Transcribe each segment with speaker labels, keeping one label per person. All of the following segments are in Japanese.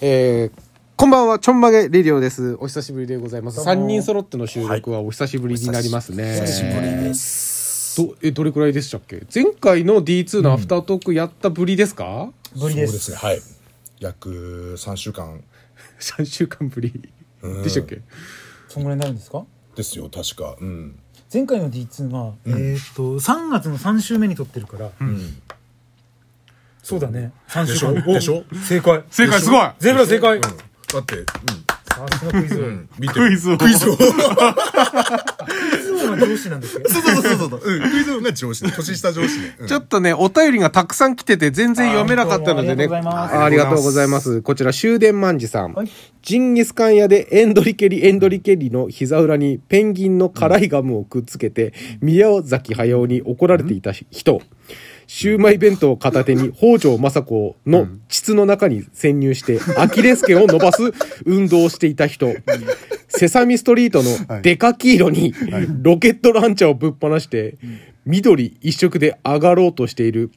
Speaker 1: えーこんばんは、ちょんまげレディオです。お久しぶりでございます。三人揃っての収録はお久しぶりになりますね。
Speaker 2: 久しぶりです。
Speaker 1: どえどれくらいでしたっけ前回の D2 のアフタートークやったぶりですか、
Speaker 2: ぶり
Speaker 3: そ
Speaker 2: で。
Speaker 3: うですすね。はい。約3週間
Speaker 1: 三 ?3 週間ぶり
Speaker 3: うん
Speaker 1: でしたっけ
Speaker 2: そんぐらいになるんですか
Speaker 3: ですよ、確か。うん。
Speaker 2: 前回の D2 が、えーっと、3月の3週目に撮ってるから、
Speaker 3: うん。
Speaker 2: そうだね。3
Speaker 3: で
Speaker 2: 週
Speaker 3: しょ
Speaker 2: 間。
Speaker 3: でしょ
Speaker 2: 正解。
Speaker 1: 正解すごい
Speaker 2: ゼブラ正解
Speaker 3: うんだって、う
Speaker 2: さすがクイズ王。
Speaker 3: ん。うん。見て
Speaker 1: クイ
Speaker 3: る。
Speaker 1: ズを。
Speaker 3: クイズを。
Speaker 2: クイズ王は上司なんですよ。
Speaker 3: そうそうそうそうそう。うん。クイズ王が上司ね。年下上司ね。うん
Speaker 1: ちょっとね、お便りがたくさん来てて全然読めなかったのでね。
Speaker 2: あーどうも
Speaker 1: あ
Speaker 2: あ
Speaker 1: り
Speaker 3: り
Speaker 1: が
Speaker 3: が
Speaker 1: とう
Speaker 3: とう
Speaker 1: ご
Speaker 3: ご
Speaker 1: ざ
Speaker 3: ざ
Speaker 1: い
Speaker 3: い
Speaker 1: ま。
Speaker 3: ます
Speaker 1: こちら、終電万事さん
Speaker 2: はい。
Speaker 1: ジンギスカン屋でエンドリケリエンドリケリの膝裏にペンギンの辛いガムをくっつけて、宮崎駿に怒られていた人。シューマイ弁当を片手に北条政子の膣の中に潜入してアキレス腱を伸ばす運動をしていた人。セサミストリートのデカ黄色にロケットランチャーをぶっ放して、緑一色で上がろうとしている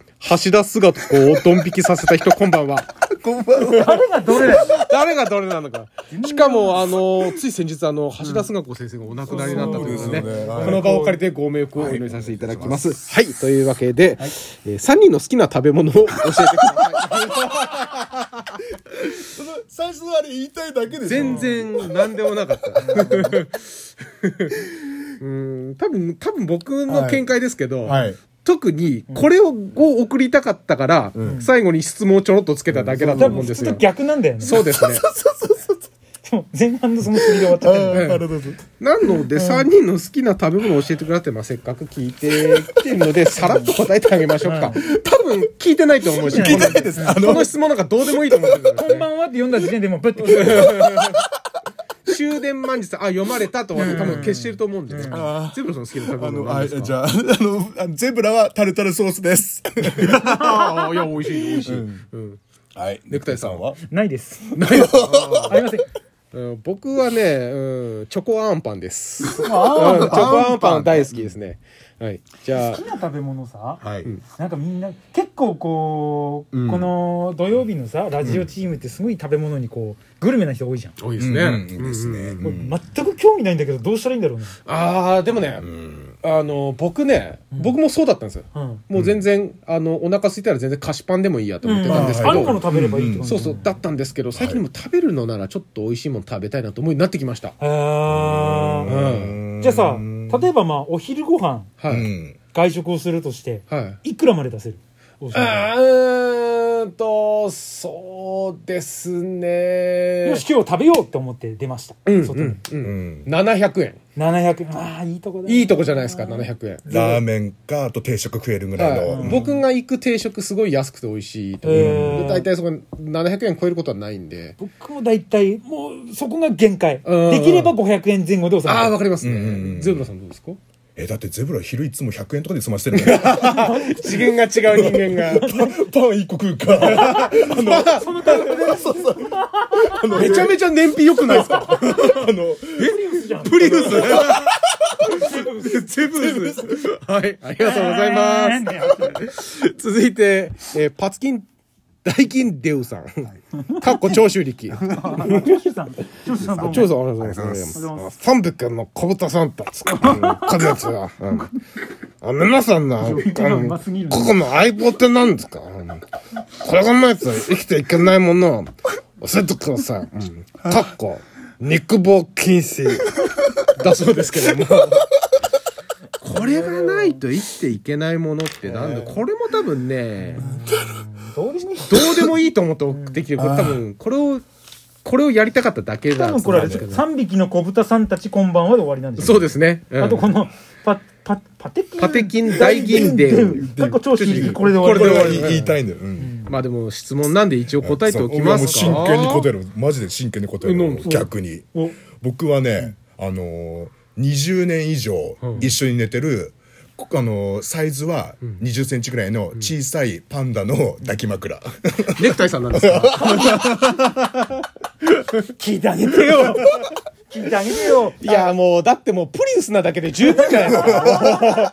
Speaker 1: 橋田姿子をドン引きさせた人、こんばんは。
Speaker 3: こんばんは。
Speaker 2: 誰がどれだよ
Speaker 1: 誰がどれなのか。しかも、あの、つい先日、あの、橋田須賀子先生がお亡くなりになったということで
Speaker 3: そうです
Speaker 1: ね、
Speaker 3: よねはい
Speaker 1: この場を借りてご冥福をお祈りさせていただきます。はい、というわけで、えー、3人の好きな食べ物を教えてください。
Speaker 3: 最初のあれ言いたいだけでしょ。
Speaker 1: 全。然何でもなかった。うん、多分、多分僕の見解ですけど、
Speaker 3: はい。
Speaker 1: 特にこれをを送りたかったから、最後に質問をちょろっとつけただけだと
Speaker 2: 多
Speaker 1: 思う
Speaker 2: 分
Speaker 1: んで
Speaker 2: 普通
Speaker 1: す
Speaker 2: と
Speaker 1: よ。
Speaker 2: 逆なんだよね。
Speaker 1: そうですね。
Speaker 2: でも前半のその振りで終わっち
Speaker 3: あ
Speaker 2: ゃってる。
Speaker 3: ーなるほど。
Speaker 1: なので、3人の好きな食べ物を教えてくださって、まあ、せっかく聞いてきてるので、さらっと答えてあげましょうか。多分、聞いてないと思うし、
Speaker 2: 聞いて
Speaker 1: ないです。この質問なんかどうでもいいと思うんです
Speaker 2: こん
Speaker 1: よ、
Speaker 2: ば
Speaker 1: ね。
Speaker 2: んはって読んだ時点でもうブッて来て
Speaker 1: 終電満日さん、あ、読まれたとは、多分消してると思うんでね。
Speaker 3: ん
Speaker 1: ゼブラさんの好きな食べ
Speaker 3: あ
Speaker 1: 物
Speaker 3: の、
Speaker 1: は何
Speaker 3: あ
Speaker 1: ですか
Speaker 3: じゃあ、あの、あのゼブラはタルタルソースです。
Speaker 1: ああ、いや、美味しい、美味しい。うん。
Speaker 3: はい。
Speaker 1: ネクタイさん
Speaker 3: は
Speaker 2: ないです。ありません。
Speaker 1: うん僕はね、うん、チョコアンパンです。うんチョ
Speaker 2: あ
Speaker 1: コアンパン大好きですね。はい。じゃあ
Speaker 2: 好き、な食べ物さ、
Speaker 3: はい。
Speaker 2: なんかみんな結構こう、この土曜日のさラジオチームってすごい食べ物にこうグルメな人多いじゃん、
Speaker 1: 多い
Speaker 3: うんうんいいですね。
Speaker 2: もう全く興味ないんだけどどうしたらいいんだろうね、
Speaker 1: ああ、でもね、あの、僕ね、僕もそうだったんですよ。
Speaker 2: うん、
Speaker 1: もう全然、あの、お腹空いたら全然菓子パンでもいいやと思ってたんですけ
Speaker 2: あ
Speaker 1: ど、
Speaker 2: んこの食べればいいってこと
Speaker 1: そうそう、だったんですけど、最近でも食べるのならちょっと美味しいもの食べたいなと思いになってきました。
Speaker 2: あ
Speaker 1: うん。
Speaker 2: ーじゃあさ例えばまあお昼ご飯
Speaker 1: は
Speaker 3: う
Speaker 1: い。
Speaker 3: ん。
Speaker 2: 外食をするとして
Speaker 1: はい。
Speaker 2: いくらまで出せるお
Speaker 1: う
Speaker 2: 皿
Speaker 1: ーんと、そうですね。
Speaker 2: もし今日食べようって思って出ました、
Speaker 1: うん、
Speaker 2: 外
Speaker 1: う
Speaker 2: に、
Speaker 1: ん、う。
Speaker 3: うんん。
Speaker 1: 700円。
Speaker 2: 700ああいいとこだない
Speaker 1: いとこじゃないですか、700円。
Speaker 3: ラーメンか、あと定食食えるぐらい
Speaker 1: は
Speaker 3: の。
Speaker 1: い、僕が行く定食すごい安くて美味しいとこ
Speaker 2: へ
Speaker 1: で
Speaker 2: ー
Speaker 1: 大体そこ700円超えることはないんで
Speaker 2: 僕も大体もうそこが限界
Speaker 1: うん
Speaker 2: できれば500円前後で収め
Speaker 1: ああ
Speaker 2: た
Speaker 1: わかります
Speaker 3: うんうんう
Speaker 1: ね
Speaker 3: ん
Speaker 1: ゼブラさんどうですか
Speaker 3: え、だってゼブラ昼いつも100円とかで済ませて るから。
Speaker 1: 次元が違う人間が
Speaker 3: パン一個食うか。
Speaker 1: めちゃめちゃ燃費良くないですか
Speaker 3: あの、
Speaker 1: プリウスゼブウスはいありがとうございます続いて、えーパツキン大金デウさん。かっこ長州力。
Speaker 2: 長州さん長州さんどう
Speaker 1: 長州さん、あり
Speaker 2: も
Speaker 1: がとうございます。三百円の小豚さんたち。かずやつは。うんあ皆さんの、あの
Speaker 2: うますぎる
Speaker 1: ここの相棒って何ですかうんこれがないと生きていけないものを教えてください。うんかっこ、肉棒禁止。だそうですけども。これがないと生きていけないものってなんだ、これも多分ね、
Speaker 2: どうでもいい
Speaker 1: どうでもいいと思って送ってきてる。これ多分、これを、これをやりたかっただけだ
Speaker 2: 多
Speaker 1: と思う
Speaker 2: 分
Speaker 1: ん
Speaker 2: これあれ
Speaker 1: ですけど。
Speaker 2: 3匹の小豚さんたちこんばんはで終わりなんです、
Speaker 1: そうですすね。うん
Speaker 2: あとこのパパパテキン
Speaker 1: パテキン大銀
Speaker 2: で
Speaker 1: 伝。
Speaker 2: 過去長州力これで
Speaker 3: これ
Speaker 2: 終
Speaker 3: で
Speaker 2: わ
Speaker 3: は
Speaker 2: り
Speaker 3: 言い言いたいんだよ。うん
Speaker 1: まあでも質問なんで一応答えておきますか。
Speaker 3: そう俺はもう真剣に答える。マジで真剣に答え
Speaker 1: うん
Speaker 3: る。逆に。
Speaker 2: お
Speaker 3: 僕はね、あのー、20年以上一緒に寝てる、こあのー、サイズは20センチぐらいの小さいパンダの抱き枕。
Speaker 1: ネクタイさんなんですか
Speaker 2: 聞いてあげてよ聞いてあげてよ。
Speaker 1: いや、もう、だってもう、プリウスなだけで十分じゃないですか。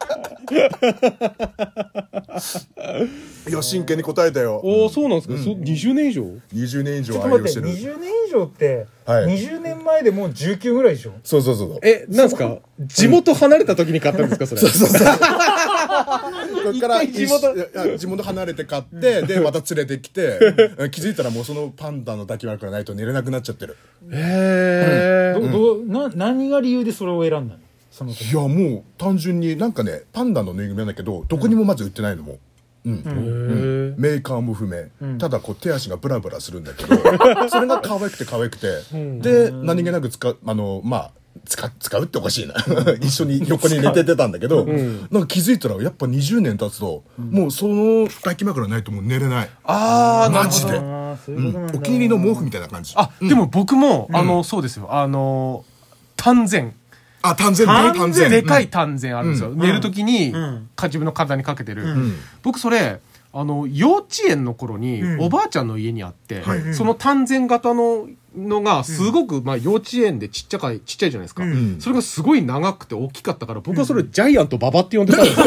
Speaker 3: いや真剣に答えたよ
Speaker 1: おお、そうなんですか。そう20年以上
Speaker 3: 20年以
Speaker 2: ちょっ
Speaker 3: 上
Speaker 2: と待っ、
Speaker 3: 愛用しててる
Speaker 2: 20年以上って、
Speaker 3: はい
Speaker 2: 20年前でもう19ぐらいでしょ
Speaker 3: そうそうそう
Speaker 1: え、なんですか地元離れた時に買ったんですか、それ。
Speaker 3: そっから
Speaker 1: 一回地元
Speaker 3: 一緒いや地元離れて買ってでまた連れてき てうん気づいたらもうそのパンダの抱き枕ないと寝れなくなっちゃってる
Speaker 1: へ
Speaker 2: どどうな何が理由でそれを選んだのその
Speaker 3: いやもう単純になんかねパンダのぬいぐるみなんだけどどこにもまず売ってないのも、
Speaker 1: え。
Speaker 3: メーカーも不明、ただこう手足がブラブラするんだ けどそれが可愛くて可愛くて、で何気なく使うあのまあ使使うっておかしいな 一緒に横に寝ててたんだけど、なんか気づいたらやっぱ20年経つと、もうその抱き枕ないともう寝れない
Speaker 1: あー、な
Speaker 3: マ
Speaker 1: るほ
Speaker 3: ジ
Speaker 1: ど
Speaker 3: で、
Speaker 2: あーそういううんことなんだ
Speaker 3: お気に入りの毛布みたいな感じあ
Speaker 1: あ、でも僕も、あの、そうですよ。あの、丹前。
Speaker 3: あ丹前ね丹前
Speaker 1: でか
Speaker 3: う
Speaker 1: い
Speaker 3: ん
Speaker 1: 丹前あるんですよ。寝るときに、か自分の体にかけてる。僕それ、あの、幼稚園の頃に、おばあちゃんの家にあって、その丹前型の、のが、すごく、まあ、幼稚園でちっちゃかい、ちっちゃいじゃないですか。それがすごい長くて大きかったから、僕はそれ、ジャイアントババって呼んでたんですよ。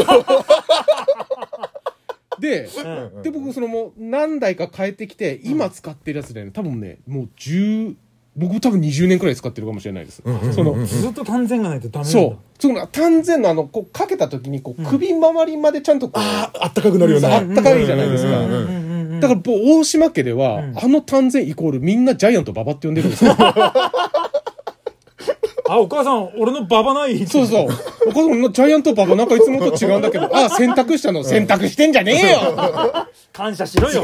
Speaker 1: で、で、僕、そのもう、何台か変えてきて、今使ってるやつでね、多分ね、もう10、僕多分20年くらい使ってるかもしれないです。その、
Speaker 2: ずっと完全がないとダメなんだ
Speaker 1: そう。その丹前のあの、こう、かけた時に、こう、首周りまでちゃんとこう、
Speaker 3: ああったかくなるよね
Speaker 1: あったかいじゃないですか
Speaker 3: うんうんうん
Speaker 2: うんうんうん
Speaker 1: だから、僕大島家では、あの丹前イコールみんなジャイアントババって呼んでるんですよ。
Speaker 2: あお母さん俺のババない
Speaker 1: そうそう。お母さんのジャイアントババなんかいつもと違うんだ けど、あ、洗濯したの、洗濯してんじゃねえよ
Speaker 2: 感謝しろよ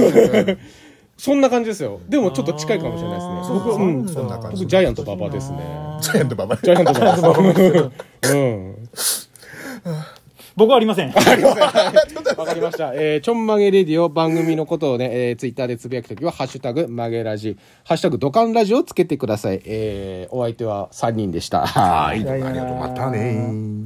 Speaker 1: そんな感じですよ。でもちょっと近いかもしれないですね。
Speaker 2: あー
Speaker 1: 僕は、うん。
Speaker 3: そんな感
Speaker 1: 僕、
Speaker 3: じ
Speaker 1: ジャイアントババですね。
Speaker 3: ジャイアントババ
Speaker 1: ジャイアントババ。うん。
Speaker 2: 僕はありません
Speaker 1: わかりました。えー、ちょんまげレディオ番組のことをね、えー、ツイッターでつぶやくときは、ハッシュタグ、まげラジ、ハッシュタグ、ドカンラジをつけてください。えー、お相手は3人でした。はい
Speaker 3: ありがとうまたね